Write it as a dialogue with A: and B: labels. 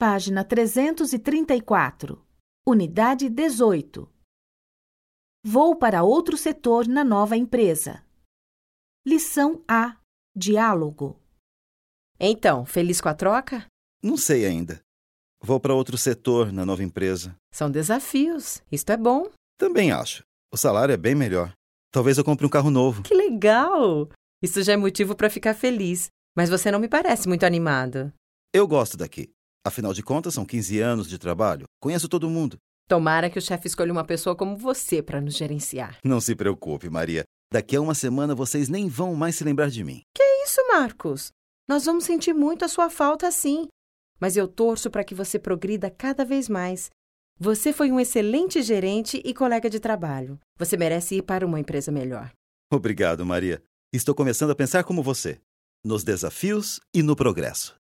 A: Página 334. Unidade 18. Vou para outro setor na nova empresa. Lição A. Diálogo.
B: Então, feliz com a troca?
C: Não sei ainda. Vou para outro setor na nova empresa.
B: São desafios. Isto é bom.
C: Também acho. O salário é bem melhor. Talvez eu compre um carro novo.
B: Que legal! Isso já é motivo para ficar feliz. Mas você não me parece muito animado.
C: Eu gosto daqui. Afinal de contas, são 15 anos de trabalho. Conheço todo mundo.
B: Tomara que o chefe escolha uma pessoa como você para nos gerenciar.
C: Não se preocupe, Maria. Daqui a uma semana vocês nem vão mais se lembrar de mim.
B: É isso, Marcos. Nós vamos sentir muito a sua falta, sim. Mas eu torço para que você progrida cada vez mais. Você foi um excelente gerente e colega de trabalho. Você merece ir para uma empresa melhor.
C: Obrigado, Maria. Estou começando a pensar como você: nos desafios e no progresso.